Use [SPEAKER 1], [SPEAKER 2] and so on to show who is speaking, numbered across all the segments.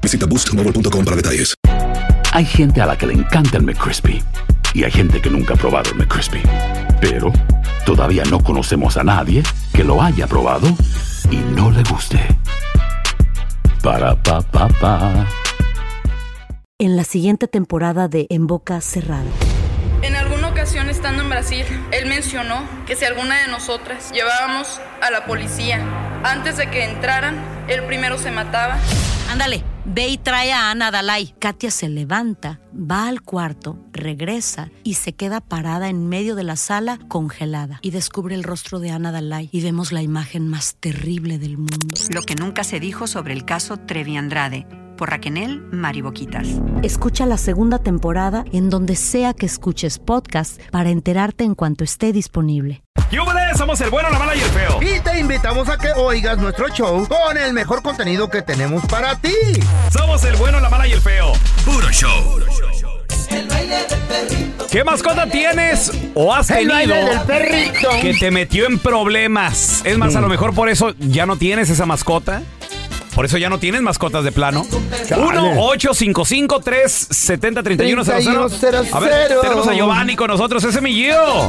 [SPEAKER 1] Visita boostmobile.com para detalles.
[SPEAKER 2] Hay gente a la que le encanta el McCrispy y hay gente que nunca ha probado el McCrispy. Pero todavía no conocemos a nadie que lo haya probado y no le guste. Para pa pa pa.
[SPEAKER 3] En la siguiente temporada de En Boca Cerrada.
[SPEAKER 4] En alguna ocasión estando en Brasil, él mencionó que si alguna de nosotras llevábamos a la policía antes de que entraran, él primero se mataba.
[SPEAKER 3] Ándale, ve y trae a Ana Dalai. Katia se levanta, va al cuarto, regresa y se queda parada en medio de la sala congelada. Y descubre el rostro de Ana Dalai y vemos la imagen más terrible del mundo.
[SPEAKER 5] Lo que nunca se dijo sobre el caso Trevi Andrade. Por Raquenel Mariboquitas.
[SPEAKER 3] Escucha la segunda temporada en donde sea que escuches podcast para enterarte en cuanto esté disponible.
[SPEAKER 6] ¡Yúbales! Somos el bueno, la mala y el feo.
[SPEAKER 7] Y te invitamos a que oigas nuestro show con el mejor contenido que tenemos para ti.
[SPEAKER 6] Somos el bueno, la mala y el feo.
[SPEAKER 1] Puro show.
[SPEAKER 6] ¿Qué mascota tienes o has
[SPEAKER 7] El baile
[SPEAKER 6] tenido
[SPEAKER 7] del perrito.
[SPEAKER 6] que te metió en problemas? Es más, a lo mejor por eso ya no tienes esa mascota. Por eso ya no tienes mascotas de plano. 1-855-370-3100. A ver,
[SPEAKER 7] 3100.
[SPEAKER 6] tenemos a Giovanni con nosotros. Ese es mi Gio.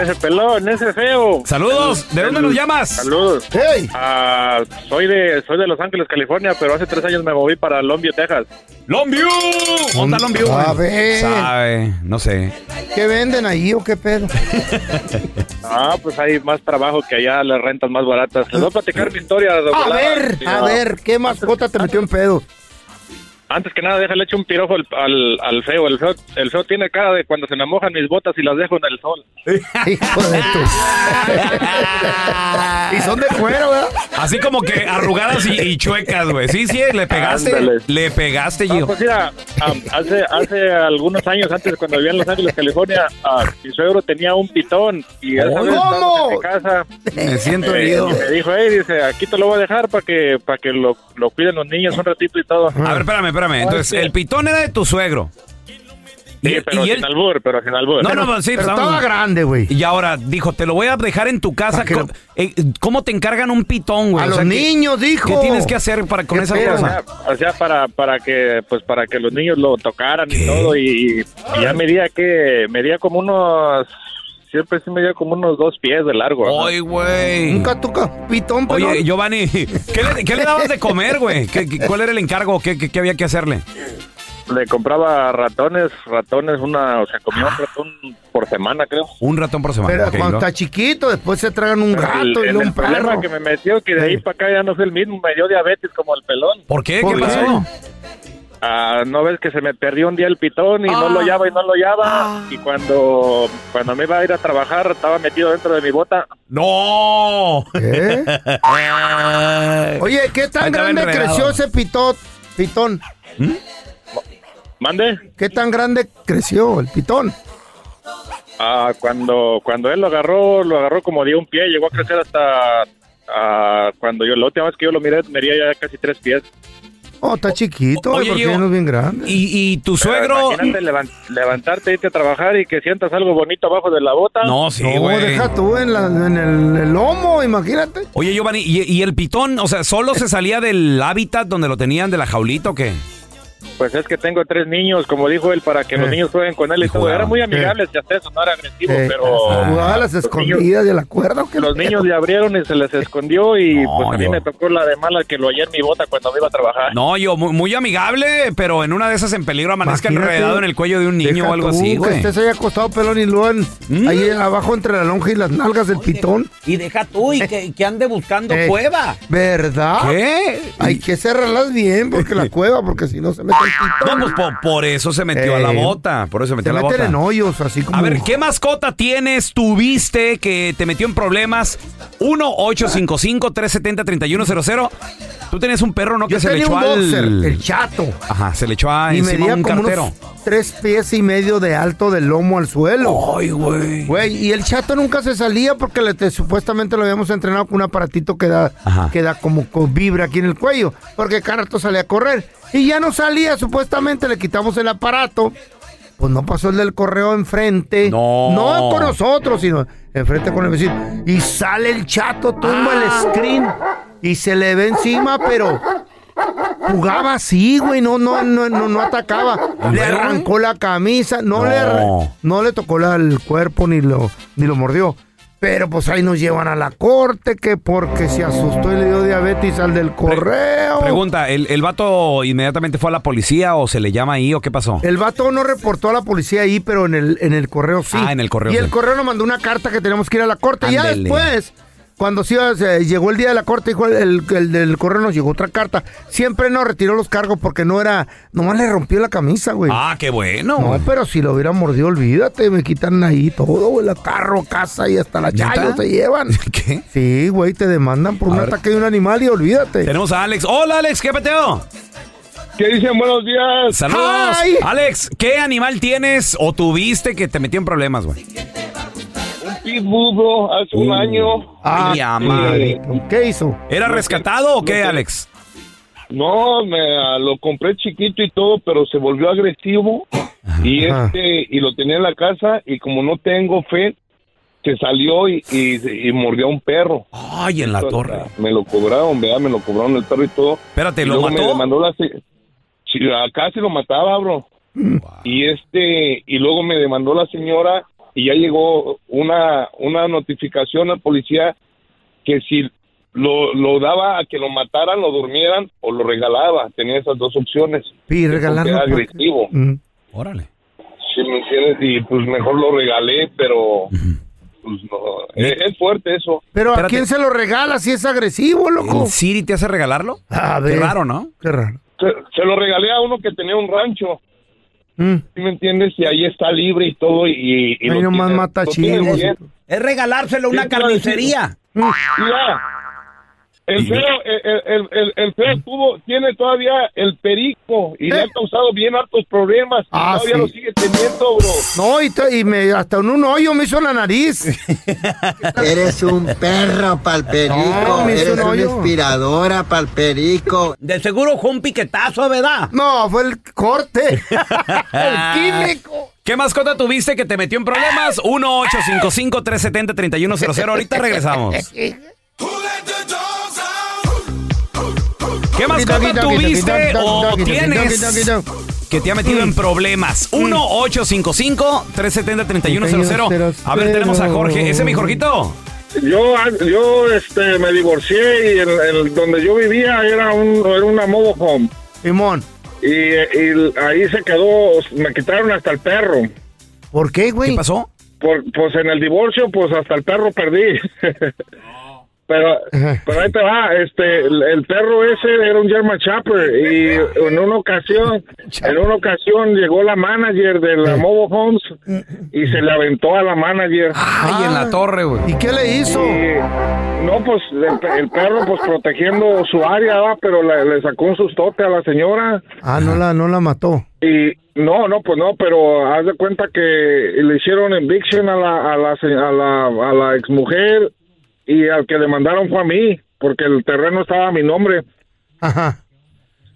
[SPEAKER 8] Ese pelón, ese feo.
[SPEAKER 6] Saludos. ¿De dónde nos llamas?
[SPEAKER 8] Saludos.
[SPEAKER 7] ¡Hey!
[SPEAKER 8] Ah, soy de soy de Los Ángeles, California, pero hace tres años me moví para Longview, Texas.
[SPEAKER 6] Longview. ¿Dónde está Longview?
[SPEAKER 7] A ver.
[SPEAKER 6] Sabe, no sé.
[SPEAKER 7] ¿Qué venden ahí o qué pedo?
[SPEAKER 8] Ah, pues hay más trabajo que allá, las rentas más baratas. Les voy a platicar mi historia. de
[SPEAKER 7] A
[SPEAKER 8] volada. Ah,
[SPEAKER 7] ver,
[SPEAKER 8] Sí,
[SPEAKER 7] a
[SPEAKER 8] no.
[SPEAKER 7] ver, ¿qué mascota te metió en pedo?
[SPEAKER 8] Antes que nada, déjale echo un pirojo al, al, al feo. El feo. El feo tiene cara de cuando se me mojan mis botas y las dejo en el sol.
[SPEAKER 7] Hijo de tu- y son de cuero, ¿verdad?
[SPEAKER 6] Así como que arrugadas y, y chuecas, güey. Sí, sí, le pegaste.
[SPEAKER 8] Ándale.
[SPEAKER 6] Le pegaste,
[SPEAKER 8] Ah,
[SPEAKER 6] este Gio.
[SPEAKER 8] pues mira, am, hace, hace algunos años, antes cuando vivía en Los Ángeles, California, ah, mi suegro tenía un pitón y esa
[SPEAKER 7] ¿Cómo?
[SPEAKER 8] vez estábamos en mi casa
[SPEAKER 6] Me siento
[SPEAKER 8] eh,
[SPEAKER 6] herido.
[SPEAKER 8] y me dijo, hey, dice, aquí te lo voy a dejar para que para que lo, lo cuiden los niños un ratito y todo. Ah,
[SPEAKER 6] A ver, espérame, espérame. Entonces, el pitón era de tu suegro.
[SPEAKER 8] Sí, pero sin albur, pero sin albur.
[SPEAKER 6] No, no, pues sí,
[SPEAKER 7] Pero
[SPEAKER 6] pues
[SPEAKER 7] estaba
[SPEAKER 6] vamos.
[SPEAKER 7] grande, güey.
[SPEAKER 6] Y ahora dijo, te lo voy a dejar en tu casa.
[SPEAKER 7] ¿Para qué
[SPEAKER 6] con-
[SPEAKER 7] lo-
[SPEAKER 6] eh, ¿Cómo te encargan un pitón, güey?
[SPEAKER 7] A
[SPEAKER 6] O
[SPEAKER 7] los
[SPEAKER 6] sea, ¿qué-
[SPEAKER 7] niños, dijo.
[SPEAKER 6] ¿Qué tienes que hacer para, con
[SPEAKER 7] Qué
[SPEAKER 6] esa
[SPEAKER 7] pedo.
[SPEAKER 8] O
[SPEAKER 6] cosa?
[SPEAKER 8] sea, o sea, para, para que pues para que los niños lo tocaran y todo y, y ya medía que medía como unos siempre sí medía como unos dos pies de largo. ¿no?
[SPEAKER 6] Ay, güey.
[SPEAKER 7] Nunca toca pitón, pero...
[SPEAKER 6] Oye, Giovanni, ¿qué le, qué le dabas de comer, güey? ¿Qué- qué- ¿Cuál era el encargo? ¿Qué, qué- qué había que hacerle?
[SPEAKER 8] Le compraba ratones, ratones, una, o sea, comía un ratón por semana, creo.
[SPEAKER 6] Ah. Un ratón por semana.
[SPEAKER 7] Pero
[SPEAKER 6] ok,
[SPEAKER 7] cuando
[SPEAKER 6] ¿no?
[SPEAKER 7] está chiquito, después se tragan un gato
[SPEAKER 8] el,
[SPEAKER 7] y
[SPEAKER 8] el-
[SPEAKER 7] luego un
[SPEAKER 8] el problema
[SPEAKER 7] perro.
[SPEAKER 8] que me metió que de ahí
[SPEAKER 7] Sí.
[SPEAKER 8] para acá ya no fue el mismo, me dio diabetes como el pelón.
[SPEAKER 6] ¿Por qué?
[SPEAKER 7] ¿Por
[SPEAKER 6] ¿Qué
[SPEAKER 7] qué?
[SPEAKER 6] pasó?
[SPEAKER 8] Ah, no ves que se me perdió un día el pitón y no
[SPEAKER 6] Ah.
[SPEAKER 8] lo hallaba y no lo hallaba. Y cuando, cuando me iba a ir a trabajar, estaba metido dentro de mi bota.
[SPEAKER 6] ¡No!
[SPEAKER 7] ¿Eh? Oye, ¿qué
[SPEAKER 6] Ahí
[SPEAKER 7] tan
[SPEAKER 6] estaba
[SPEAKER 7] grande
[SPEAKER 6] enredado. ¿Mm?
[SPEAKER 7] creció ese pitot, pitón?
[SPEAKER 8] Mande.
[SPEAKER 7] ¿Qué tan grande creció el pitón?
[SPEAKER 8] Ah, cuando, cuando él lo agarró, lo agarró como de un pie, llegó a crecer hasta ah, cuando yo, la última vez que yo lo miré, medía ya casi tres pies.
[SPEAKER 7] Oh, está chiquito,
[SPEAKER 6] Oye,
[SPEAKER 7] porque
[SPEAKER 6] yo-
[SPEAKER 7] no es bien grande.
[SPEAKER 6] ¿Y, y tu
[SPEAKER 8] Pero
[SPEAKER 6] suegro?
[SPEAKER 8] Imagínate levan- levantarte, irte a trabajar y que sientas algo bonito abajo de la bota.
[SPEAKER 6] No, sí,
[SPEAKER 7] no,
[SPEAKER 6] güey.
[SPEAKER 7] deja tú en, la- en el, el lomo, imagínate.
[SPEAKER 6] Oye, Giovanni, ¿y, y el pitón? O sea, ¿solo se salía del hábitat donde lo tenían, de la jaulita o qué?
[SPEAKER 9] Pues es que tengo tres niños, como dijo él, para que los
[SPEAKER 7] Eh.
[SPEAKER 9] niños jueguen con él y,
[SPEAKER 6] Y
[SPEAKER 9] todo.
[SPEAKER 6] jugaban.
[SPEAKER 9] Era muy amigable, ya sé, eso no era agresivo,
[SPEAKER 7] Eh,
[SPEAKER 9] pero
[SPEAKER 6] Ah.
[SPEAKER 7] jugaba a las escondidas de la cuerda. ¿o qué
[SPEAKER 9] los
[SPEAKER 7] pedo?
[SPEAKER 9] niños le abrieron y se les escondió y
[SPEAKER 6] No,
[SPEAKER 9] pues a mí
[SPEAKER 6] yo-
[SPEAKER 9] me tocó la de mala que lo hallé en mi bota cuando me iba a trabajar.
[SPEAKER 6] No, yo muy, muy amigable, pero en una de esas en peligro amanezca
[SPEAKER 7] Imagínate.
[SPEAKER 6] enredado en el cuello de un niño
[SPEAKER 7] Deja
[SPEAKER 6] o algo
[SPEAKER 7] tú este
[SPEAKER 6] así,
[SPEAKER 7] que
[SPEAKER 6] güey.
[SPEAKER 7] estés ahí acostado pelón y luego en-
[SPEAKER 6] Mm.
[SPEAKER 7] ahí abajo entre la lonja y las nalgas del pitón.
[SPEAKER 6] Y deja tú y que, ande buscando
[SPEAKER 7] Eh, ¿Verdad?
[SPEAKER 6] ¿Qué?
[SPEAKER 7] Hay que cerrarlas bien porque la cueva, porque si no se mete el pitón.
[SPEAKER 6] No, pues po- por eso se metió a la
[SPEAKER 7] Eh,
[SPEAKER 6] bota. Por eso se metió
[SPEAKER 7] Se
[SPEAKER 6] a la
[SPEAKER 7] meten
[SPEAKER 6] bota.
[SPEAKER 7] en hoyos, así como...
[SPEAKER 6] A ver, ¿qué mascota tienes, tuviste, que te metió en problemas? 1-855-370-3100. Tú tenías un perro, ¿no? Que
[SPEAKER 7] Yo
[SPEAKER 6] se le
[SPEAKER 7] tenía
[SPEAKER 6] echó
[SPEAKER 7] un
[SPEAKER 6] al...
[SPEAKER 7] boxer, el chato.
[SPEAKER 6] Ajá, se le echó a
[SPEAKER 7] y
[SPEAKER 6] encima
[SPEAKER 7] medía
[SPEAKER 6] un
[SPEAKER 7] como
[SPEAKER 6] cartero.
[SPEAKER 7] unos tres pies y medio de alto del lomo al suelo.
[SPEAKER 6] Ay, güey.
[SPEAKER 7] Güey, y el chato nunca se salía porque le, te- supuestamente lo habíamos entrenado con un aparatito que da,
[SPEAKER 6] Ajá.
[SPEAKER 7] que da como con vibra aquí en el cuello, porque cada rato salía a correr. Y ya no salía, supuestamente le quitamos el aparato. Pues no pasó el del correo enfrente.
[SPEAKER 6] No.
[SPEAKER 7] No con nosotros, sino enfrente con el vecino. Y sale el chato, tumba
[SPEAKER 6] Ah.
[SPEAKER 7] el screen y se le ve encima, pero jugaba así, güey. No, no, no, no, no atacaba. Le
[SPEAKER 6] ¿Verdad?
[SPEAKER 7] arrancó la camisa, no, le arran-
[SPEAKER 6] No.
[SPEAKER 7] no le tocó la- el cuerpo ni lo, ni lo mordió. Pero pues ahí nos llevan a la corte que porque se asustó y le dio diabetes al del correo.
[SPEAKER 6] Pregunta, ¿el, ¿el vato inmediatamente fue a la policía o se le llama ahí o qué pasó?
[SPEAKER 7] El vato no reportó a la policía ahí, pero en el, en el correo sí.
[SPEAKER 6] Ah, en el correo
[SPEAKER 7] Y
[SPEAKER 6] sí.
[SPEAKER 7] el correo nos mandó una carta que teníamos que ir a la corte. Y ya
[SPEAKER 6] Ándele.
[SPEAKER 7] después, cuando sí, eh, llegó el día de la corte, dijo el, el- el del correo nos llegó otra carta. Siempre nos retiró los cargos porque no era. Nomás le rompió la camisa, güey.
[SPEAKER 6] Ah, qué bueno.
[SPEAKER 7] No, pero si lo hubieran mordido, olvídate, me quitan ahí todo, güey, la carro, casa y hasta la
[SPEAKER 6] ¿Neta?
[SPEAKER 7] chayo se llevan.
[SPEAKER 6] ¿Qué?
[SPEAKER 7] Sí, güey, te demandan por un
[SPEAKER 6] A ver.
[SPEAKER 7] ataque de un animal y olvídate.
[SPEAKER 6] Tenemos a Alex. Hola, Alex, ¿qué peteo?
[SPEAKER 9] ¿Qué dicen? Buenos días.
[SPEAKER 6] Saludos.
[SPEAKER 7] Hi.
[SPEAKER 6] Alex, ¿qué animal tienes o tuviste que te metió en problemas, güey? Uh.
[SPEAKER 9] Un pitbull, bro, hace un año.
[SPEAKER 7] Ah,
[SPEAKER 6] Ay, amable.
[SPEAKER 7] ¿Qué hizo?
[SPEAKER 6] ¿Era rescatado o qué, Alex?
[SPEAKER 9] No, me ah, lo compré chiquito y todo, pero se volvió agresivo y
[SPEAKER 7] Ajá.
[SPEAKER 9] este y lo tenía en la casa y como no tengo fe, se salió y, y- y mordió a un perro.
[SPEAKER 6] Ay, en la torre.
[SPEAKER 9] Me lo cobraron, vea, me lo cobraron el perro y todo.
[SPEAKER 6] Espérate,
[SPEAKER 9] Y
[SPEAKER 6] ¿lo
[SPEAKER 9] luego me
[SPEAKER 6] mató?
[SPEAKER 9] demandó la se- Sí, ah, casi lo mataba, bro.
[SPEAKER 6] Mm.
[SPEAKER 9] Y este y luego me demandó la señora y ya llegó una una notificación al policía que si lo, lo daba a que lo mataran, lo durmieran o lo regalaba. Tenía esas dos opciones.
[SPEAKER 7] Y
[SPEAKER 9] Porque
[SPEAKER 7] regalarlo.
[SPEAKER 9] era
[SPEAKER 7] ¿por qué?
[SPEAKER 9] agresivo.
[SPEAKER 7] Mm.
[SPEAKER 6] Órale.
[SPEAKER 9] Si me entiendes, y pues mejor lo regalé, pero pues no. Es, es fuerte eso.
[SPEAKER 7] Pero ¿a
[SPEAKER 6] Espérate.
[SPEAKER 7] quién se lo regala si es agresivo, loco?
[SPEAKER 6] ¿El Siri te hace regalarlo?
[SPEAKER 7] A
[SPEAKER 6] Qué raro, ¿no?
[SPEAKER 7] Qué raro.
[SPEAKER 9] Se, se lo regalé a uno que tenía un rancho.
[SPEAKER 7] Mm.
[SPEAKER 9] ¿Sí me entiendes? Y ahí está libre y todo. Y, y
[SPEAKER 7] Ahí
[SPEAKER 9] lo
[SPEAKER 7] nomás
[SPEAKER 9] tiene-
[SPEAKER 7] mata
[SPEAKER 9] lo tiene
[SPEAKER 7] chivos.
[SPEAKER 9] bien.
[SPEAKER 6] Es regalárselo a
[SPEAKER 9] una carnicería. Mira, el feo, el, el- el, el, el
[SPEAKER 6] Mm.
[SPEAKER 9] feo tuvo, tiene todavía el perico y le
[SPEAKER 7] ¿Eh?
[SPEAKER 9] ha causado bien hartos problemas. y
[SPEAKER 7] Ah,
[SPEAKER 9] todavía
[SPEAKER 7] sí.
[SPEAKER 9] lo sigue teniendo, bro.
[SPEAKER 7] No, y, te- y me, hasta en un hoyo me hizo la nariz.
[SPEAKER 10] Eres un perro palperico,
[SPEAKER 7] No, me hizo
[SPEAKER 10] eres
[SPEAKER 7] un
[SPEAKER 10] una
[SPEAKER 7] hoyo.
[SPEAKER 10] inspiradora palperico.
[SPEAKER 6] De seguro fue un piquetazo, ¿verdad?
[SPEAKER 7] No, fue el corte. el químico.
[SPEAKER 6] ¿Qué mascota tuviste que te metió en problemas? 1-855-370-3100. Ahorita regresamos. ¿Qué mascota tuviste o tienes que te ha metido
[SPEAKER 7] Mm.
[SPEAKER 6] en problemas? 1-855-370-3100. A ver, tenemos a Jorge. ¿Ese es mi Jorgito?
[SPEAKER 9] Yo, yo este, me divorcié y el, el- donde yo vivía era, un, era una mobile home.
[SPEAKER 7] Simón,
[SPEAKER 9] Y, y ahí se quedó, me quitaron hasta el perro.
[SPEAKER 7] ¿por qué,
[SPEAKER 6] ¿Qué
[SPEAKER 7] güey?
[SPEAKER 6] pasó?
[SPEAKER 9] Por- pues en el divorcio, pues hasta el perro perdí. Pero, pero ahí te va, este, el, el perro ese era un German Shepherd y en una ocasión, en una ocasión llegó la manager de la Mobile Homes y se le aventó a la manager.
[SPEAKER 6] Ay, en la torre, güey.
[SPEAKER 7] ¿Y qué le hizo?
[SPEAKER 9] Y, no, pues el, pe- el perro pues protegiendo su área, ¿va? pero le, le sacó un sustote a la señora.
[SPEAKER 7] Ah, no la, no la mató.
[SPEAKER 9] Y no, no, pues no, pero haz de cuenta que le hicieron eviction a la, a la, se- a la, a la exmujer y al que demandaron fue a mí, porque el terreno estaba a mi nombre.
[SPEAKER 7] Ajá.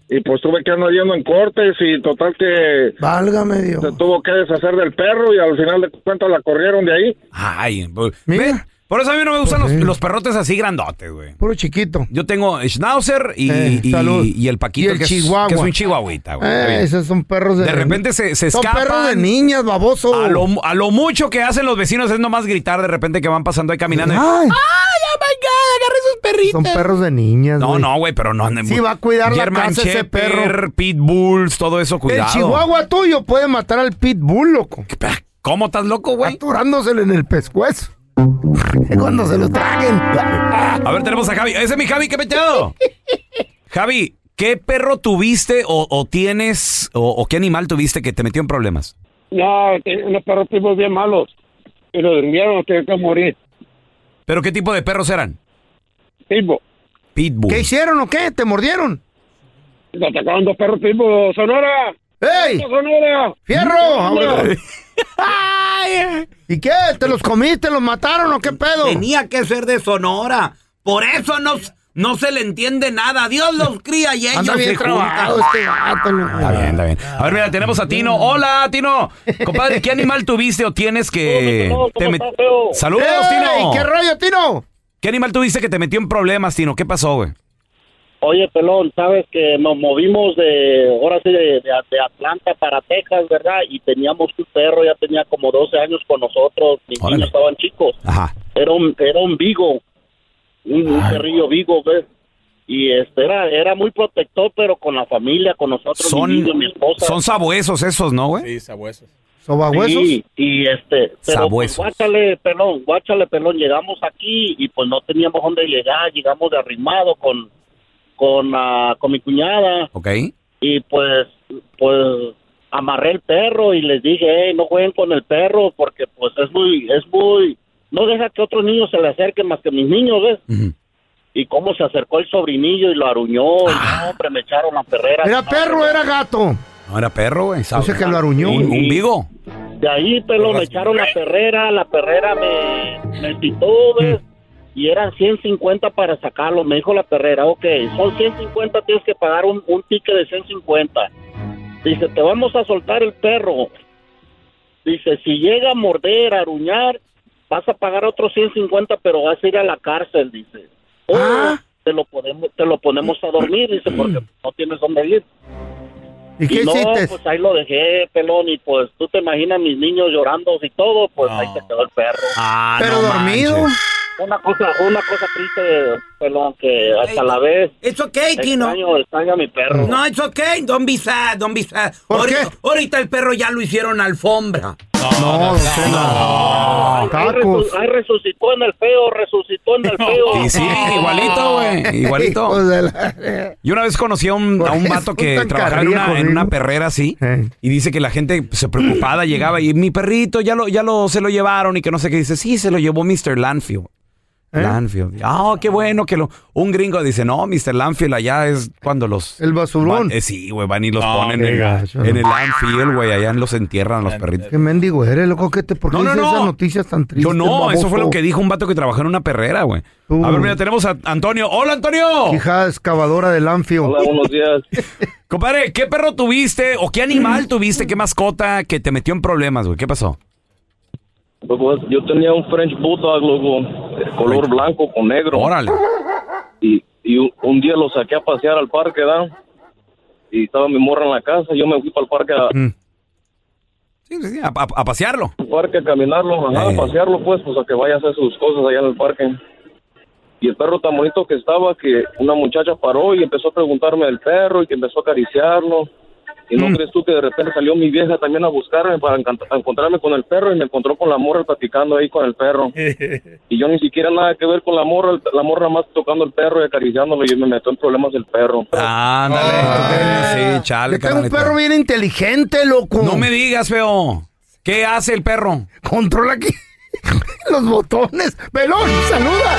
[SPEAKER 9] Y pues tuve que andar yendo en cortes y total que
[SPEAKER 7] Válgame Dios.
[SPEAKER 9] se tuvo que deshacer del perro y al final de cuentas la corrieron de ahí.
[SPEAKER 6] Ay,
[SPEAKER 7] Mira.
[SPEAKER 6] ¿ven? Por eso a mí no me gustan los, los perrotes así grandotes, güey.
[SPEAKER 7] Puro chiquito.
[SPEAKER 6] Yo tengo Schnauzer y,
[SPEAKER 7] Eh,
[SPEAKER 6] y-
[SPEAKER 7] salud.
[SPEAKER 6] y el Paquito,
[SPEAKER 7] Y el
[SPEAKER 6] que, es-
[SPEAKER 7] Chihuahua.
[SPEAKER 6] que Es, un chihuahuita, güey. Está
[SPEAKER 7] Eh,
[SPEAKER 6] bien.
[SPEAKER 7] esos son perros de.
[SPEAKER 6] De repente se- se
[SPEAKER 7] Son
[SPEAKER 6] escapan.
[SPEAKER 7] perros de niñas, baboso.
[SPEAKER 6] a, lo, a lo mucho que hacen los vecinos es nomás gritar de repente que van pasando ahí caminando. y,
[SPEAKER 7] Ay,
[SPEAKER 6] oh my God! ¡Agarre sus perritos!
[SPEAKER 7] son perros de niñas.
[SPEAKER 6] No,
[SPEAKER 7] güey.
[SPEAKER 6] no, güey, pero no anden.
[SPEAKER 7] Sí, va a cuidar la
[SPEAKER 6] German
[SPEAKER 7] casa ese
[SPEAKER 6] Shepherd,
[SPEAKER 7] perro.
[SPEAKER 6] Pitbulls, todo eso, cuidado.
[SPEAKER 7] El chihuahua tuyo puede matar al pitbull, loco.
[SPEAKER 6] ¿Cómo estás loco, güey?
[SPEAKER 7] Aturándosele en el pescuezo. Cuando se lo traguen.
[SPEAKER 6] A ver, tenemos a Javi. Ese es mi Javi, ¿qué metido? Javi, ¿qué perro tuviste o, o tienes o, o qué animal tuviste que te metió en problemas?
[SPEAKER 11] No, tenía unos perros tipos bien malos. Y lo durmieron, tienen que morir.
[SPEAKER 6] ¿Pero qué tipo de perros eran?
[SPEAKER 11] Tipo.
[SPEAKER 6] Pitbull.
[SPEAKER 7] ¿Qué hicieron o qué? ¿Te mordieron?
[SPEAKER 11] Lo atacaron dos perros tipo. ¡Sonora!
[SPEAKER 7] ¡Ey!
[SPEAKER 11] ¡Sonora!
[SPEAKER 7] ¡Fierro! Ahora- ¿Y qué? ¿Te los comiste? ¿Los mataron o qué pedo?
[SPEAKER 6] que ser de Sonora. Por eso no, no se le entiende nada. Dios los cría y
[SPEAKER 7] Anda bien trabajado este gato. loco.
[SPEAKER 6] Está bien, está bien. A ver, mira, tenemos a Tino. Hola, Tino. Compadre, ¿qué animal tuviste o tienes que...
[SPEAKER 11] ¿Cómo
[SPEAKER 6] te met-
[SPEAKER 11] estás, feo?
[SPEAKER 6] Saludos,
[SPEAKER 7] ¡Ey!
[SPEAKER 6] Tino.
[SPEAKER 7] ¿Qué rollo, Tino?
[SPEAKER 6] ¿Qué animal tuviste que te metió en problemas, Tino? ¿Qué pasó, güey?
[SPEAKER 11] Oye, Pelón, sabes que nos movimos de, ahora sí, de, de- de Atlanta para Texas, ¿verdad? Y teníamos un perro, ya tenía como 12 años con nosotros, mis
[SPEAKER 6] Órale.
[SPEAKER 11] niños estaban chicos.
[SPEAKER 6] Ajá.
[SPEAKER 11] Era un, era un vigo, un, un perrillo vigo, ¿ves? Y este era, era muy protector, pero con la familia, con nosotros,
[SPEAKER 6] Son,
[SPEAKER 11] mi niño, mi esposa.
[SPEAKER 6] son sabuesos esos, ¿no, güey?
[SPEAKER 7] ¿Sobahuesos?
[SPEAKER 11] Sí, y este, pero pues,
[SPEAKER 6] Sabuesos.
[SPEAKER 11] guáchale, pelón, guáchale, pelón, llegamos aquí y pues no teníamos dónde llegar, llegamos de arrimado con con, ah, con mi cuñada
[SPEAKER 6] Ok.
[SPEAKER 11] y pues pues amarré el perro y les dije, "Ey, no jueguen con el perro porque pues es muy es muy no deja que otro niño se le acerque más que mis niños, ¿ves?
[SPEAKER 6] Ujú.
[SPEAKER 11] Y cómo se acercó el sobrinillo y lo aruñó, y no, hombre, me echaron la perrera.
[SPEAKER 7] ¿Era perro o era gato?
[SPEAKER 6] No era perro, güey.
[SPEAKER 7] O sea que lo aruñó.
[SPEAKER 6] Un, un vigo.
[SPEAKER 11] De ahí, pero me echaron la perrera, la perrera me, me pitó, ¿ves? Y eran 150 para sacarlo, me dijo la perrera, ok, son 150, tienes que pagar un, un ticket de 150. Dice, te vamos a soltar el perro. Dice, si llega a morder, a aruñar, vas a pagar otros 150, pero vas a ir a la cárcel, dice. O
[SPEAKER 7] Ah.
[SPEAKER 11] te lo podemos, te lo ponemos a dormir, dice, porque pues, no tienes dónde ir.
[SPEAKER 7] ¿Y qué
[SPEAKER 11] Y no,
[SPEAKER 7] hiciste?
[SPEAKER 11] pues ahí lo dejé, pelón, y pues tú te imaginas mis niños llorando y todo, pues
[SPEAKER 6] No.
[SPEAKER 11] ahí se quedó el perro.
[SPEAKER 6] Ah,
[SPEAKER 7] Pero dormido.
[SPEAKER 11] Una cosa, una cosa triste, pelón, que hasta
[SPEAKER 6] Ey,
[SPEAKER 11] la vez
[SPEAKER 6] It's okay,
[SPEAKER 11] extraño, extraño a mi perro.
[SPEAKER 6] it's okay. Don't be sad, don't be sad.
[SPEAKER 7] ¿Por Ahorita- qué?
[SPEAKER 6] ahorita el perro ya lo hicieron alfombra.
[SPEAKER 7] No, no, no.
[SPEAKER 11] Ahí,
[SPEAKER 7] Tacos.
[SPEAKER 11] resu- ahí resucitó en el feo, resucitó en el feo.
[SPEAKER 6] Y sí, igualito, güey. Igualito.
[SPEAKER 7] Hijos Oh. de la-
[SPEAKER 6] Yo una vez conocí a un, a un
[SPEAKER 7] Por eso
[SPEAKER 6] vato que
[SPEAKER 7] tan
[SPEAKER 6] trabajaba en una,
[SPEAKER 7] cardíacos,
[SPEAKER 6] en una
[SPEAKER 7] ¿no?
[SPEAKER 6] perrera así.
[SPEAKER 7] Eh.
[SPEAKER 6] Y dice que la gente se preocupaba, llegaba y mi perrito ya lo, ya lo, se lo llevaron y que no sé qué. Dice, sí, se lo llevó Mr. Lanfield.
[SPEAKER 7] ¿Eh?
[SPEAKER 6] Lanfield. Ah, qué bueno que lo. Un gringo dice, no, Mr. Lanfield allá es cuando los.
[SPEAKER 7] El basurón.
[SPEAKER 6] van- eh, sí, güey, van y los ponen
[SPEAKER 7] qué
[SPEAKER 6] en,
[SPEAKER 7] gacho, no.
[SPEAKER 6] en el Lanfield, güey, allá los entierran a los perritos.
[SPEAKER 7] Qué mendigo eres, loco, que te por qué
[SPEAKER 6] No, no,
[SPEAKER 7] dices
[SPEAKER 6] no.
[SPEAKER 7] esas noticias tan tristes.
[SPEAKER 6] Yo no, eso fue lo
[SPEAKER 7] baboso?
[SPEAKER 6] que dijo un vato que trabajó en una perrera, güey.
[SPEAKER 7] Tú.
[SPEAKER 6] A ver, mira, tenemos a Antonio. ¡Hola, Antonio!
[SPEAKER 7] Hija excavadora del anfio.
[SPEAKER 8] buenos días.
[SPEAKER 6] Compadre, ¿qué perro tuviste o qué animal tuviste, qué mascota que te metió en problemas, güey? ¿Qué pasó?
[SPEAKER 8] Pues, yo tenía un French Bulldog, loco, de color blanco con negro.
[SPEAKER 6] Órale.
[SPEAKER 8] Y, y un- un día lo saqué a pasear al parque, ¿da? Y estaba mi morra en la casa. Yo me fui para el parque a,
[SPEAKER 6] Mm. Sí, sí, sí, a, a- a pasearlo.
[SPEAKER 8] al parque a caminarlo, ajá,
[SPEAKER 6] Eh.
[SPEAKER 8] a pasearlo, pues, pues a que vaya a hacer sus cosas allá en el parque. Y el perro tan bonito que estaba que una muchacha paró y empezó a preguntarme del perro y que empezó a acariciarlo. Y
[SPEAKER 6] Mm.
[SPEAKER 8] no crees tú que de repente salió mi vieja también a buscarme para encant- a encontrarme con el perro y me encontró con la morra platicando ahí con el perro. y yo ni siquiera nada que ver con la morra, el- la morra más tocando el perro y acariciándolo y me metió en problemas el perro.
[SPEAKER 6] Ándale. sí, chale,
[SPEAKER 7] Yo tengo un
[SPEAKER 6] carnalito.
[SPEAKER 7] perro bien inteligente, loco.
[SPEAKER 6] No me digas, feo. ¿Qué hace el perro?
[SPEAKER 7] controla aquí los botones. Pelón, saluda.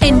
[SPEAKER 12] En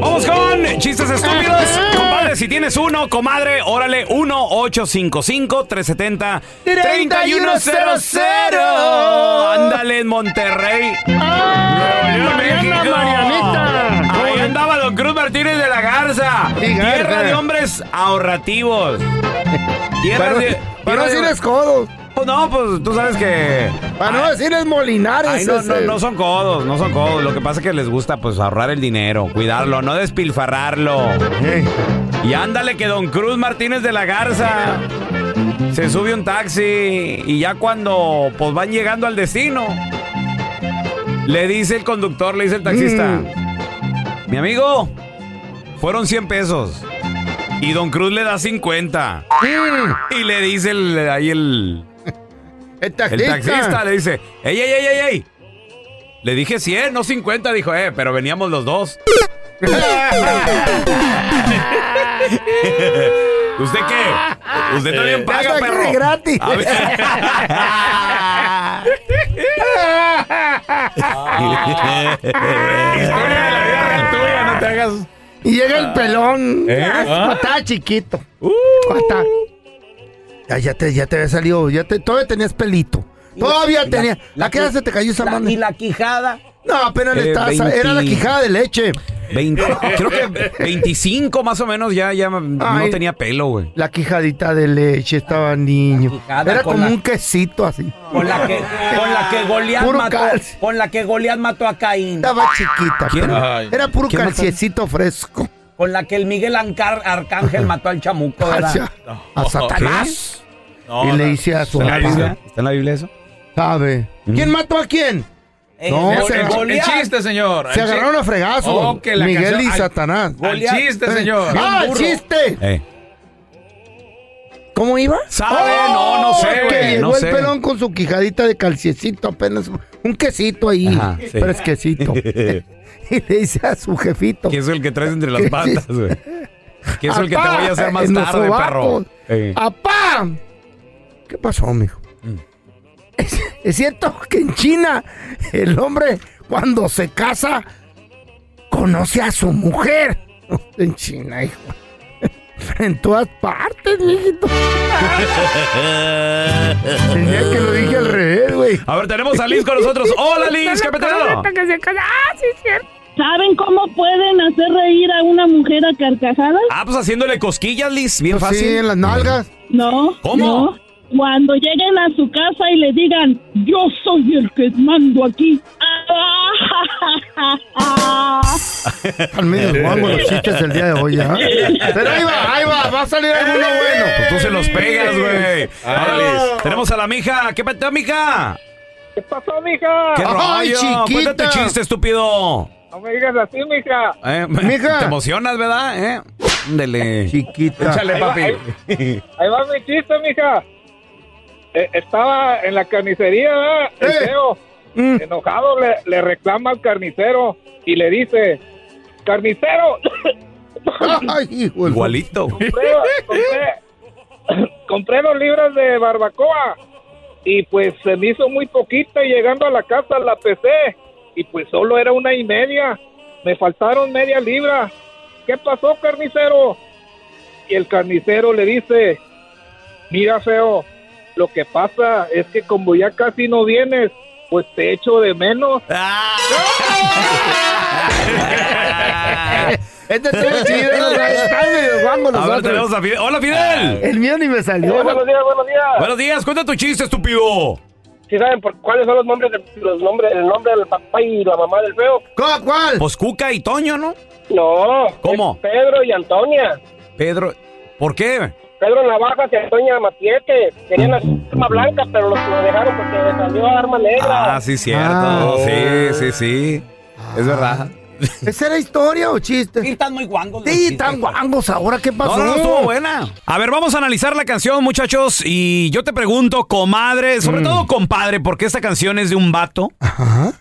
[SPEAKER 6] Vamos con chistes estúpidos. Compadre, si tienes uno, comadre, órale 1-855-370-3100. Ándale en Monterrey. Nuevo León, México. Ahí andaba Don Cruz Martínez de la Garza. Tierra de hombres ahorrativos. Tierra
[SPEAKER 7] Para-
[SPEAKER 6] de.
[SPEAKER 7] para no decir
[SPEAKER 6] codos. no, pues tú sabes que.
[SPEAKER 7] Para no decir eh. es molinares.
[SPEAKER 6] Ay, no, no,
[SPEAKER 7] ese.
[SPEAKER 6] no son codos, no son codos. Lo que pasa es que les gusta pues ahorrar el dinero, cuidarlo, no despilfarrarlo. Y ándale que Don Cruz Martínez de la Garza se sube un taxi y ya cuando pues van llegando al destino, le dice el conductor, le dice el taxista, mi amigo, fueron 100 pesos. Y Don Cruz le da 50. Y le dice el- ahí el... El
[SPEAKER 7] taxista.
[SPEAKER 6] le dice, ¡Ey, ey, ey, ey, ey! Le dije 100, no 50, dijo, eh, pero veníamos los dos. ¿Usted qué? ¿Usted también paga,
[SPEAKER 7] Hasta
[SPEAKER 6] perro?
[SPEAKER 7] que gratis.
[SPEAKER 6] A ver.
[SPEAKER 7] Y llega el pelón.
[SPEAKER 6] ¿Eh?
[SPEAKER 7] Ah,
[SPEAKER 6] Ah. Uh.
[SPEAKER 7] Estaba chiquito. Cuando estaba- Ya, ya te, ya te había salido. Ya te, todavía tenías pelito. Todavía
[SPEAKER 13] la-
[SPEAKER 7] tenía.
[SPEAKER 13] la
[SPEAKER 7] ¿A qué edad
[SPEAKER 13] qui-
[SPEAKER 7] se te cayó esa
[SPEAKER 13] la-
[SPEAKER 7] mano?
[SPEAKER 13] y
[SPEAKER 7] la quijada? No, apenas le
[SPEAKER 6] Eh,
[SPEAKER 7] estaba. sa- Era la
[SPEAKER 6] 20.
[SPEAKER 7] quijada de leche.
[SPEAKER 6] 20, creo que 25 más o menos ya, ya no
[SPEAKER 7] Ay.
[SPEAKER 6] tenía pelo, güey.
[SPEAKER 7] La quijadita de leche estaba niño.
[SPEAKER 13] quijada
[SPEAKER 7] Era
[SPEAKER 13] con
[SPEAKER 7] como
[SPEAKER 13] la-
[SPEAKER 7] un quesito así.
[SPEAKER 13] Con la que, con la que Goliat
[SPEAKER 7] Puro
[SPEAKER 13] mató,
[SPEAKER 7] calcio.
[SPEAKER 13] con la que Goliat mató a Caín.
[SPEAKER 7] Estaba chiquita.
[SPEAKER 13] ¿Quién?
[SPEAKER 7] pero
[SPEAKER 13] Ay.
[SPEAKER 7] Era puro
[SPEAKER 13] ¿Quién mató?
[SPEAKER 7] calciecito fresco.
[SPEAKER 13] Con la que el Miguel Ancar- Arcángel mató al chamuco, ¿verdad?
[SPEAKER 7] Ah,
[SPEAKER 6] Oh,
[SPEAKER 7] A Satanás.
[SPEAKER 13] No,
[SPEAKER 7] y
[SPEAKER 13] no.
[SPEAKER 7] le hice a su
[SPEAKER 13] ¿Está en la
[SPEAKER 7] papá.
[SPEAKER 13] Biblia?
[SPEAKER 6] ¿Está en la Biblia eso?
[SPEAKER 7] ¿Sabe? ¿Quién mató a quién?
[SPEAKER 13] Eh,
[SPEAKER 7] No,
[SPEAKER 13] el-
[SPEAKER 7] se
[SPEAKER 13] el
[SPEAKER 7] agarró-
[SPEAKER 13] Goliat.
[SPEAKER 7] el chiste,
[SPEAKER 14] señor.
[SPEAKER 7] Se
[SPEAKER 14] El chi-
[SPEAKER 7] agarraron a fregazos.
[SPEAKER 14] Oh, que la
[SPEAKER 7] Miguel
[SPEAKER 14] canción-
[SPEAKER 7] y
[SPEAKER 14] al-
[SPEAKER 7] Satanás.
[SPEAKER 14] al chiste,
[SPEAKER 7] Eh,
[SPEAKER 14] señor.
[SPEAKER 7] ¡Ah,
[SPEAKER 14] Bien
[SPEAKER 7] el
[SPEAKER 14] burro.
[SPEAKER 7] chiste! ¿Cómo iba?
[SPEAKER 6] ¿Sabe? No, no sé,
[SPEAKER 7] Que
[SPEAKER 6] güey,
[SPEAKER 7] llegó
[SPEAKER 6] no
[SPEAKER 7] el
[SPEAKER 6] sé.
[SPEAKER 7] pelón con su quijadita de calciecito apenas. Un quesito ahí.
[SPEAKER 6] Ajá, sí.
[SPEAKER 7] Fresquecito. y le dice a su jefito.
[SPEAKER 6] Que es el que traes entre las
[SPEAKER 7] ¿Qué
[SPEAKER 6] patas,
[SPEAKER 7] hiciste?
[SPEAKER 6] güey. Que es el que te
[SPEAKER 7] Apá,
[SPEAKER 6] voy a hacer más
[SPEAKER 7] en los
[SPEAKER 6] tarde, perro.
[SPEAKER 7] sobacos.
[SPEAKER 6] Eh.
[SPEAKER 7] ¡Apá! ¿Qué pasó, mijo?
[SPEAKER 6] Mm.
[SPEAKER 7] ¿Es, es cierto que en China el hombre cuando se casa conoce a su mujer. En China, hijo. En todas partes, mijito.
[SPEAKER 6] Tenía
[SPEAKER 7] que lo dije al revés, güey.
[SPEAKER 6] A ver, tenemos a Liz con nosotros. Hola, Liz, ¿qué petado?
[SPEAKER 15] ¿Saben cómo pueden hacer reír a una mujer a carcajadas?
[SPEAKER 6] Ah, pues haciéndole cosquillas, Liz, bien fácil.
[SPEAKER 15] sí, en
[SPEAKER 7] Pues las nalgas.
[SPEAKER 15] No.
[SPEAKER 6] ¿Cómo?
[SPEAKER 15] no. Cuando lleguen a su casa y le digan, yo soy el que mando aquí. Ah,
[SPEAKER 7] Al medio del guango los chistes del día de hoy, ¿ah? Pero ahí va, ahí va, va a salir alguno bueno.
[SPEAKER 6] Pues tú se los pegas, güey.
[SPEAKER 7] Ah,
[SPEAKER 6] Ahora, Liz, tenemos a la mija. ¿Qué petado, mija?
[SPEAKER 16] ¿Qué pasó, mija?
[SPEAKER 6] ¿Qué rollo? Cuenta tu chiste, estúpido.
[SPEAKER 16] No me digas así, mija.
[SPEAKER 6] Eh,
[SPEAKER 16] Mija.
[SPEAKER 6] Te emocionas, ¿verdad? Eh, ándele.
[SPEAKER 7] Chiquita.
[SPEAKER 6] Échale,
[SPEAKER 16] Ahí va,
[SPEAKER 6] papi.
[SPEAKER 16] Ahí va mi chiste, mija. eh, estaba en la carnicería, ¿verdad? el feo, enojado, le, le reclama al carnicero y le dice, carnicero,
[SPEAKER 6] Igualito.
[SPEAKER 16] compré, compré- compré dos libras de barbacoa y pues se me hizo muy poquita y llegando a la casa la pesé y pues solo era una y media. Me faltaron media libra. ¿Qué pasó, carnicero? Y el carnicero le dice, mira feo, lo que pasa es que como ya casi no vienes, pues te echo de menos.
[SPEAKER 6] Ah.
[SPEAKER 7] Este está chido, ¿no? Está medio guango
[SPEAKER 6] A ver,
[SPEAKER 7] nosotros.
[SPEAKER 6] tenemos a Fidel. ¡Hola, Fidel!
[SPEAKER 7] El mío ni me salió.
[SPEAKER 14] buenos días, buenos días.
[SPEAKER 6] Buenos días, cuenta tu chiste, estúpido.
[SPEAKER 14] ¿Sí saben por cuáles son los nombres, de, los nombres, el nombre del papá y la mamá del feo?
[SPEAKER 7] ¿Cuál?
[SPEAKER 6] Pues Cuca y Toño, ¿no?
[SPEAKER 14] No.
[SPEAKER 6] ¿Cómo?
[SPEAKER 14] es Pedro y Antonia.
[SPEAKER 6] Pedro, ¿por qué?
[SPEAKER 14] Pedro Navajas y Antonia Matiete. Querían hacer arma blanca, pero los lo dejaron porque salió arma negra.
[SPEAKER 6] Ah, sí, cierto.
[SPEAKER 7] Ah.
[SPEAKER 6] Sí, sí, sí. Es verdad.
[SPEAKER 7] ¿Esa era historia o chiste? Sí,
[SPEAKER 13] están muy guangos.
[SPEAKER 7] Sí, están guangos ahora. ¿Qué pasó?
[SPEAKER 6] No, no, no, estuvo buena. A ver, vamos a analizar la canción, muchachos. Y yo te pregunto, comadre,
[SPEAKER 16] Mm.
[SPEAKER 6] sobre todo compadre, porque esta canción es de un vato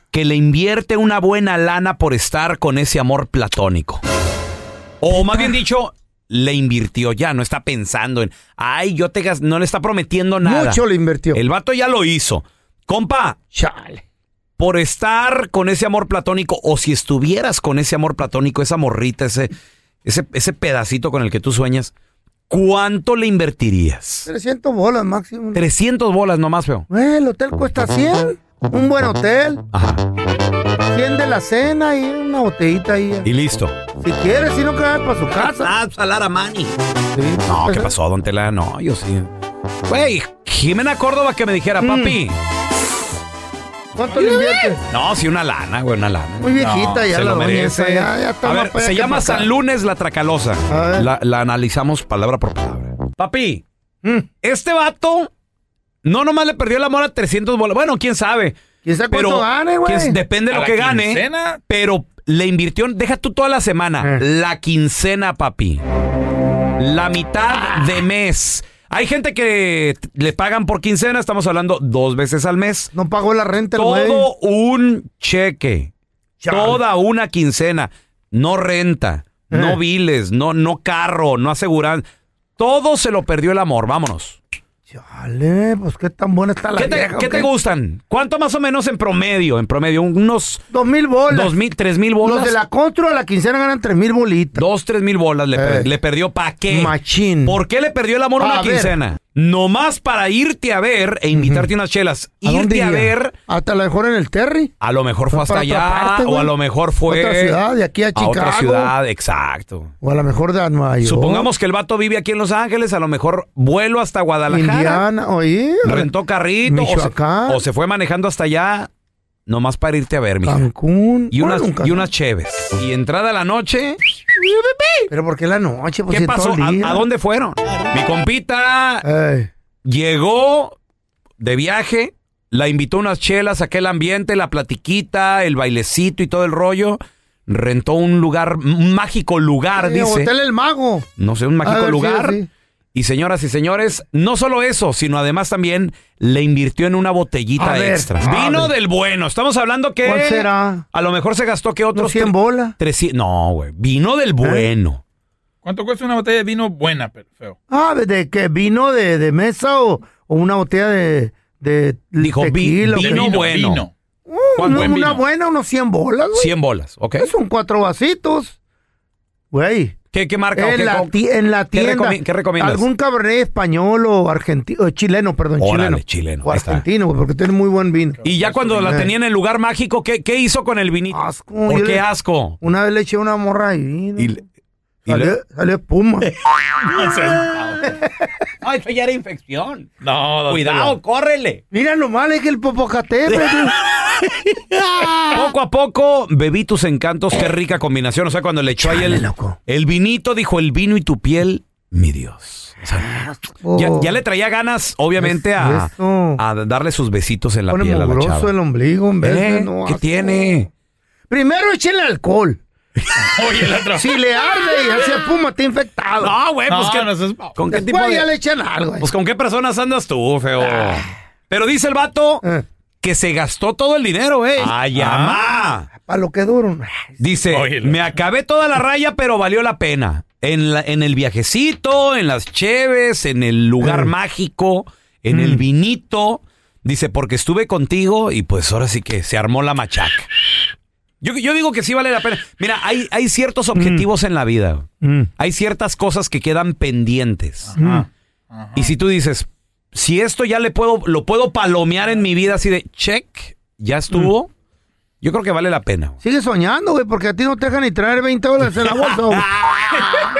[SPEAKER 6] que le invierte una buena lana por estar con ese amor platónico. O más bien dicho, le invirtió ya, no está pensando en, ay, yo te gas-", no le está prometiendo nada.
[SPEAKER 7] Mucho le invirtió.
[SPEAKER 6] El vato ya lo hizo. Compa.
[SPEAKER 7] Chale.
[SPEAKER 6] Por estar con ese amor platónico, o si estuvieras con ese amor platónico, esa morrita, ese, ese, ese pedacito con el que tú sueñas, ¿cuánto le invertirías?
[SPEAKER 7] 300 bolas máximo.
[SPEAKER 6] 300 bolas nomás, feo.
[SPEAKER 7] Eh, el hotel cuesta 100. Un buen hotel. 100 de la cena y una botellita ahí.
[SPEAKER 6] Y listo.
[SPEAKER 7] Si quieres, si no, que vaya para su casa.
[SPEAKER 6] Ah, salar a Manny. No, ¿qué pasó, don Tela? No, yo sí. Güey, Jimena Córdoba que me dijera, papi.
[SPEAKER 7] Mm. ¿Cuánto le inviertes?
[SPEAKER 6] No, sí, una lana, güey, una lana.
[SPEAKER 7] Muy viejita
[SPEAKER 6] No,
[SPEAKER 7] ya la
[SPEAKER 6] se lo
[SPEAKER 7] doña
[SPEAKER 6] merece.
[SPEAKER 7] esa, ya- pues, ya está
[SPEAKER 6] a
[SPEAKER 7] más
[SPEAKER 6] ver,
[SPEAKER 7] para
[SPEAKER 6] se
[SPEAKER 7] allá que
[SPEAKER 6] llama
[SPEAKER 7] para acá.
[SPEAKER 6] San Lunes la Tracalosa. La, la analizamos palabra por palabra. Papi,
[SPEAKER 7] Mm.
[SPEAKER 6] este vato no nomás le perdió el amor a 300 bolas. Bueno, quién sabe.
[SPEAKER 7] ¿Quién sabe cuánto gane, güey?
[SPEAKER 6] quién- Depende de
[SPEAKER 7] ¿A
[SPEAKER 6] lo
[SPEAKER 7] la
[SPEAKER 6] que gane.
[SPEAKER 7] quincena?
[SPEAKER 6] Pero le invirtió, deja tú toda la semana,
[SPEAKER 7] Eh.
[SPEAKER 6] la quincena, papi. La mitad de mes. Hay gente que t- le pagan por quincena, estamos hablando dos veces al mes.
[SPEAKER 7] No pagó la renta el güey.
[SPEAKER 6] Todo un cheque. Toda una quincena. No renta,
[SPEAKER 7] Eh.
[SPEAKER 6] no viles, no, no carro, no aseguran. Todo se lo perdió el amor, vámonos.
[SPEAKER 7] Chale, pues qué tan buena está la
[SPEAKER 6] ¿Qué te,
[SPEAKER 7] vieja,
[SPEAKER 6] qué
[SPEAKER 7] ¿o
[SPEAKER 6] te gustan? ¿Cuánto más o menos en promedio? En promedio, unos...
[SPEAKER 7] Dos mil bolas.
[SPEAKER 6] Dos mil, tres mil bolas.
[SPEAKER 7] Los de la constru a la quincena ganan tres mil bolitas.
[SPEAKER 6] Dos, tres mil bolas le, per-
[SPEAKER 7] Eh.
[SPEAKER 6] le perdió. ¿Para qué?
[SPEAKER 7] Machín.
[SPEAKER 6] ¿Por qué le perdió el amor a una
[SPEAKER 7] A ver.
[SPEAKER 6] quincena? Nomás para irte a ver e invitarte unas chelas.
[SPEAKER 7] ¿A dónde
[SPEAKER 6] Irte a,
[SPEAKER 7] iría?
[SPEAKER 6] ver,
[SPEAKER 7] Hasta la mejor en el Terry.
[SPEAKER 6] a lo mejor fue
[SPEAKER 7] Fue
[SPEAKER 6] hasta
[SPEAKER 7] para otra
[SPEAKER 6] allá,
[SPEAKER 7] parte,
[SPEAKER 6] o
[SPEAKER 7] güey.
[SPEAKER 6] a lo mejor fue...
[SPEAKER 7] Otra ciudad, de aquí a Chicago.
[SPEAKER 6] otra ciudad, exacto.
[SPEAKER 7] O a la mejor de Nueva York.
[SPEAKER 6] Supongamos que el vato vive aquí en Los Ángeles, a lo mejor vuelo hasta Guadalajara,
[SPEAKER 7] Indiana, oye.
[SPEAKER 6] rentó carrito, o se,
[SPEAKER 7] Michoacán.
[SPEAKER 6] o se fue manejando hasta allá, nomás para irte a ver, mija.
[SPEAKER 7] Cancún.
[SPEAKER 6] Y
[SPEAKER 7] Bueno,
[SPEAKER 6] unas,
[SPEAKER 7] nunca-
[SPEAKER 6] y unas cheves. Y entrada la noche,
[SPEAKER 7] Pero ¿por qué la noche? Pues
[SPEAKER 6] ¿qué
[SPEAKER 7] si
[SPEAKER 6] pasó?
[SPEAKER 7] todo el
[SPEAKER 6] ¿A,
[SPEAKER 7] día.
[SPEAKER 6] a dónde fueron? Mi compita
[SPEAKER 7] Ey.
[SPEAKER 6] llegó de viaje, la invitó a unas chelas, aquel ambiente, la platiquita, el bailecito y todo el rollo. Rentó un lugar, un mágico lugar,
[SPEAKER 7] Eh,
[SPEAKER 6] dice.
[SPEAKER 7] Hotel El Mago.
[SPEAKER 6] no sé, un
[SPEAKER 7] A
[SPEAKER 6] mágico
[SPEAKER 7] ver, Ah, sí,
[SPEAKER 6] lugar.
[SPEAKER 7] sí.
[SPEAKER 6] Y señoras y señores, no solo eso, sino además también le invirtió en una
[SPEAKER 7] A
[SPEAKER 6] botellita
[SPEAKER 7] ver,
[SPEAKER 6] extra.
[SPEAKER 7] a
[SPEAKER 6] Vino
[SPEAKER 7] ver.
[SPEAKER 6] del bueno. Estamos hablando que.
[SPEAKER 7] ¿Cuál será?
[SPEAKER 6] A lo mejor se gastó que otros.
[SPEAKER 7] ¿Unos ¿Eh? 100
[SPEAKER 6] tre-
[SPEAKER 7] bolas?
[SPEAKER 6] 300 No, güey. Vino del bueno.
[SPEAKER 17] ¿Cuánto cuesta una botella de vino buena, pero feo?
[SPEAKER 7] Ah, ¿de qué? ¿Vino de, de mesa o, o una botella de, de
[SPEAKER 6] Dijo, vi-
[SPEAKER 7] tequila o qué?
[SPEAKER 6] vino bueno.
[SPEAKER 7] Uh, una, una buena, unos 100 bolas, güey.
[SPEAKER 6] 100 bolas, ok.
[SPEAKER 7] Son cuatro vasitos. Güey.
[SPEAKER 6] ¿Qué, qué marca? o
[SPEAKER 7] En
[SPEAKER 6] qué
[SPEAKER 7] la,
[SPEAKER 6] co-
[SPEAKER 7] ti- en la
[SPEAKER 6] ¿Qué
[SPEAKER 7] tienda.
[SPEAKER 6] recomi- ¿Qué recomiendas?
[SPEAKER 7] Algún cabernet español o argentino, o chileno, perdón,
[SPEAKER 6] Órale,
[SPEAKER 7] chileno.
[SPEAKER 6] chileno.
[SPEAKER 7] O
[SPEAKER 6] ahí está.
[SPEAKER 7] argentino, güey, porque tiene muy buen vino.
[SPEAKER 6] Y ya cuando la
[SPEAKER 7] Eh.
[SPEAKER 6] tenía en el lugar mágico, ¿qué, qué hizo con el vinito? ¿Por
[SPEAKER 7] yo
[SPEAKER 6] qué
[SPEAKER 7] le-
[SPEAKER 6] asco?
[SPEAKER 7] Una vez le eché una morra y vino.
[SPEAKER 6] le-
[SPEAKER 7] salió, salió espuma.
[SPEAKER 13] No, eso ya era infección.
[SPEAKER 17] No,
[SPEAKER 7] don
[SPEAKER 13] Cuidado,
[SPEAKER 7] Tela.
[SPEAKER 13] córrele.
[SPEAKER 7] Mira nomás, es que el popocatépetl. Ah.
[SPEAKER 6] Poco a poco bebí tus encantos, qué rica combinación. O sea, cuando le echó ahí el, el vinito, dijo el vino y tu piel, mi Dios. O sea, ya, ya le traía ganas, obviamente, a, a darle sus besitos en la
[SPEAKER 7] Pone
[SPEAKER 6] piel a la
[SPEAKER 7] mugroso
[SPEAKER 6] chava.
[SPEAKER 7] el ombligo en vez de-
[SPEAKER 6] ¿Eh?
[SPEAKER 7] no,
[SPEAKER 6] ¿Qué
[SPEAKER 7] asco.
[SPEAKER 6] tiene?
[SPEAKER 7] Primero échale alcohol. Oye, el otro. Si le arde y hace puma, está infectado.
[SPEAKER 6] No, güey, pues que- ¿con qué tipo
[SPEAKER 7] Después
[SPEAKER 6] de-
[SPEAKER 7] ya le echan algo.
[SPEAKER 6] Pues con qué personas andas tú, feo.
[SPEAKER 7] Ah.
[SPEAKER 6] Pero dice el vato
[SPEAKER 7] Eh.
[SPEAKER 6] que se gastó todo el dinero, eh. Ay, amá.
[SPEAKER 7] Para Ah, lo que duro.
[SPEAKER 6] Dice, me acabé toda la raya, pero valió la pena. En, la- en el viajecito, en las cheves, en el
[SPEAKER 7] Eh.
[SPEAKER 6] lugar mágico, en
[SPEAKER 7] Mm.
[SPEAKER 6] el vinito. Dice, porque estuve contigo y pues ahora sí que se armó la machaca. Yo, yo digo que sí vale la pena. Mira, hay, hay ciertos
[SPEAKER 7] Mm.
[SPEAKER 6] objetivos en la vida. Hay ciertas cosas que quedan pendientes.
[SPEAKER 7] Mm.
[SPEAKER 6] Y si tú dices, si esto ya le puedo, lo puedo palomear en mi vida así de check, ya estuvo,
[SPEAKER 7] Mm.
[SPEAKER 6] yo creo que vale la pena.
[SPEAKER 7] Sigue soñando, güey, porque a ti no te dejan ni traer 20 dólares en la bolsa. güey.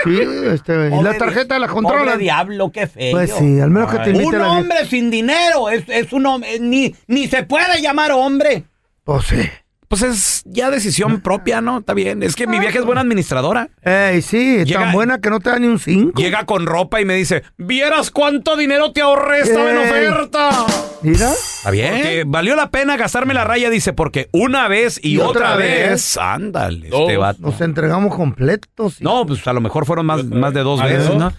[SPEAKER 7] Sí, este, güey. Y la tarjeta la
[SPEAKER 13] Pobre
[SPEAKER 7] controla.
[SPEAKER 13] diablo, qué feo.
[SPEAKER 7] Pues sí, al menos que te invite
[SPEAKER 13] Un
[SPEAKER 7] la-
[SPEAKER 13] hombre sin dinero es, es un
[SPEAKER 6] eh,
[SPEAKER 13] hombre, ni, ni se puede llamar hombre.
[SPEAKER 7] Pues sí. Mm.
[SPEAKER 6] Pues es ya decisión propia, ¿no? Está bien. Es que
[SPEAKER 7] Ah,
[SPEAKER 6] mi vieja es buena administradora.
[SPEAKER 7] Ey, sí,
[SPEAKER 6] Llega-
[SPEAKER 7] tan buena que no te da ni un 5.
[SPEAKER 6] Llega con ropa y me dice, ¿vieras cuánto dinero te ahorré? Estaba en
[SPEAKER 7] Ey.
[SPEAKER 6] oferta.
[SPEAKER 7] Mira.
[SPEAKER 6] Está bien. Porque valió la pena gastarme la raya, dice, porque una vez y,
[SPEAKER 7] Y
[SPEAKER 6] otra,
[SPEAKER 7] otra
[SPEAKER 6] vez,
[SPEAKER 7] vez.
[SPEAKER 6] ándale, este vato.
[SPEAKER 7] Nos entregamos completos.
[SPEAKER 6] No, pues a lo mejor fueron más, más de dos
[SPEAKER 7] ¿Más de
[SPEAKER 6] veces,
[SPEAKER 7] dos?
[SPEAKER 6] ¿no?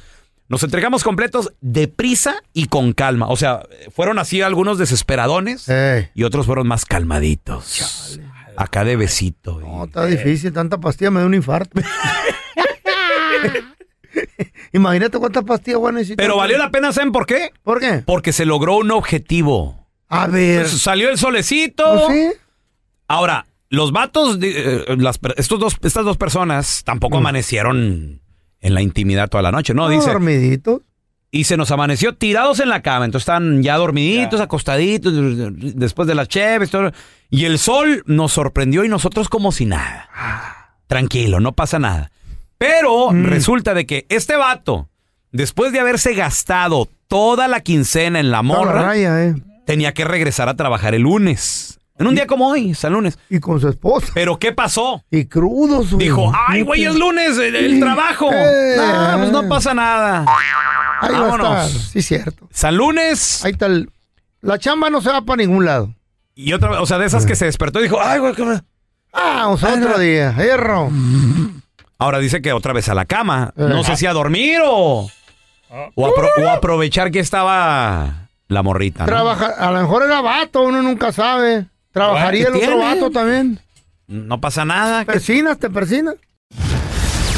[SPEAKER 6] Nos entregamos completos deprisa y con calma. O sea, fueron así algunos desesperadones y otros fueron más calmaditos. Acá de besito.
[SPEAKER 7] No, está difícil, tanta pastilla me da un infarto. Imagínate cuántas pastillas van a necesitar.
[SPEAKER 6] Pero valió la pena, ¿saben por qué?
[SPEAKER 7] ¿Por qué?
[SPEAKER 6] Porque se logró un objetivo.
[SPEAKER 7] A ver. Pues
[SPEAKER 6] Pues salió el solecito. Ahora, los vatos, di- eh, las per- estos dos, estas dos personas tampoco amanecieron en la intimidad toda la noche, ¿no?
[SPEAKER 7] Mm. No,
[SPEAKER 6] Dice.
[SPEAKER 7] dormiditos.
[SPEAKER 6] Y se nos amaneció tirados en la cama. Entonces están ya dormiditos, acostaditos, después de las cheves. todo. Y el sol nos sorprendió y nosotros como si nada. Tranquilo, no pasa nada. Pero resulta de que este vato, después de haberse gastado toda la quincena en la
[SPEAKER 7] Está la
[SPEAKER 6] morra,
[SPEAKER 7] raya, eh.
[SPEAKER 6] tenía que regresar a trabajar el lunes. En un día como hoy, es el lunes.
[SPEAKER 7] Y con su esposa.
[SPEAKER 6] ¿Pero qué pasó?
[SPEAKER 7] Y crudos, güey.
[SPEAKER 6] Dijo, ay, güey, es lunes, el, el trabajo.
[SPEAKER 7] Eh.
[SPEAKER 6] No, pues no pasa nada.
[SPEAKER 7] Ahí va a
[SPEAKER 6] Vámonos.
[SPEAKER 7] estar. Sí, cierto.
[SPEAKER 6] San lunes.
[SPEAKER 7] Ahí está el- La chamba no se va para ningún lado.
[SPEAKER 6] Y otra, vez, o sea, de esas que se despertó y dijo, ay, güey, qué me-". Mm.
[SPEAKER 7] Ah, o sea, otro día. Hierro.
[SPEAKER 6] Ahora dice que otra vez a la cama. No
[SPEAKER 7] Eh.
[SPEAKER 6] sé si a dormir o, o, apro- o aprovechar que estaba la morrita. ¿no?
[SPEAKER 7] Trabaja... A lo mejor era vato, uno nunca sabe. Trabajaría el
[SPEAKER 6] Bueno, ¿qué
[SPEAKER 7] otro
[SPEAKER 6] tiene?
[SPEAKER 7] vato también.
[SPEAKER 6] No pasa nada.
[SPEAKER 7] Persinas, te persinas.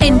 [SPEAKER 12] En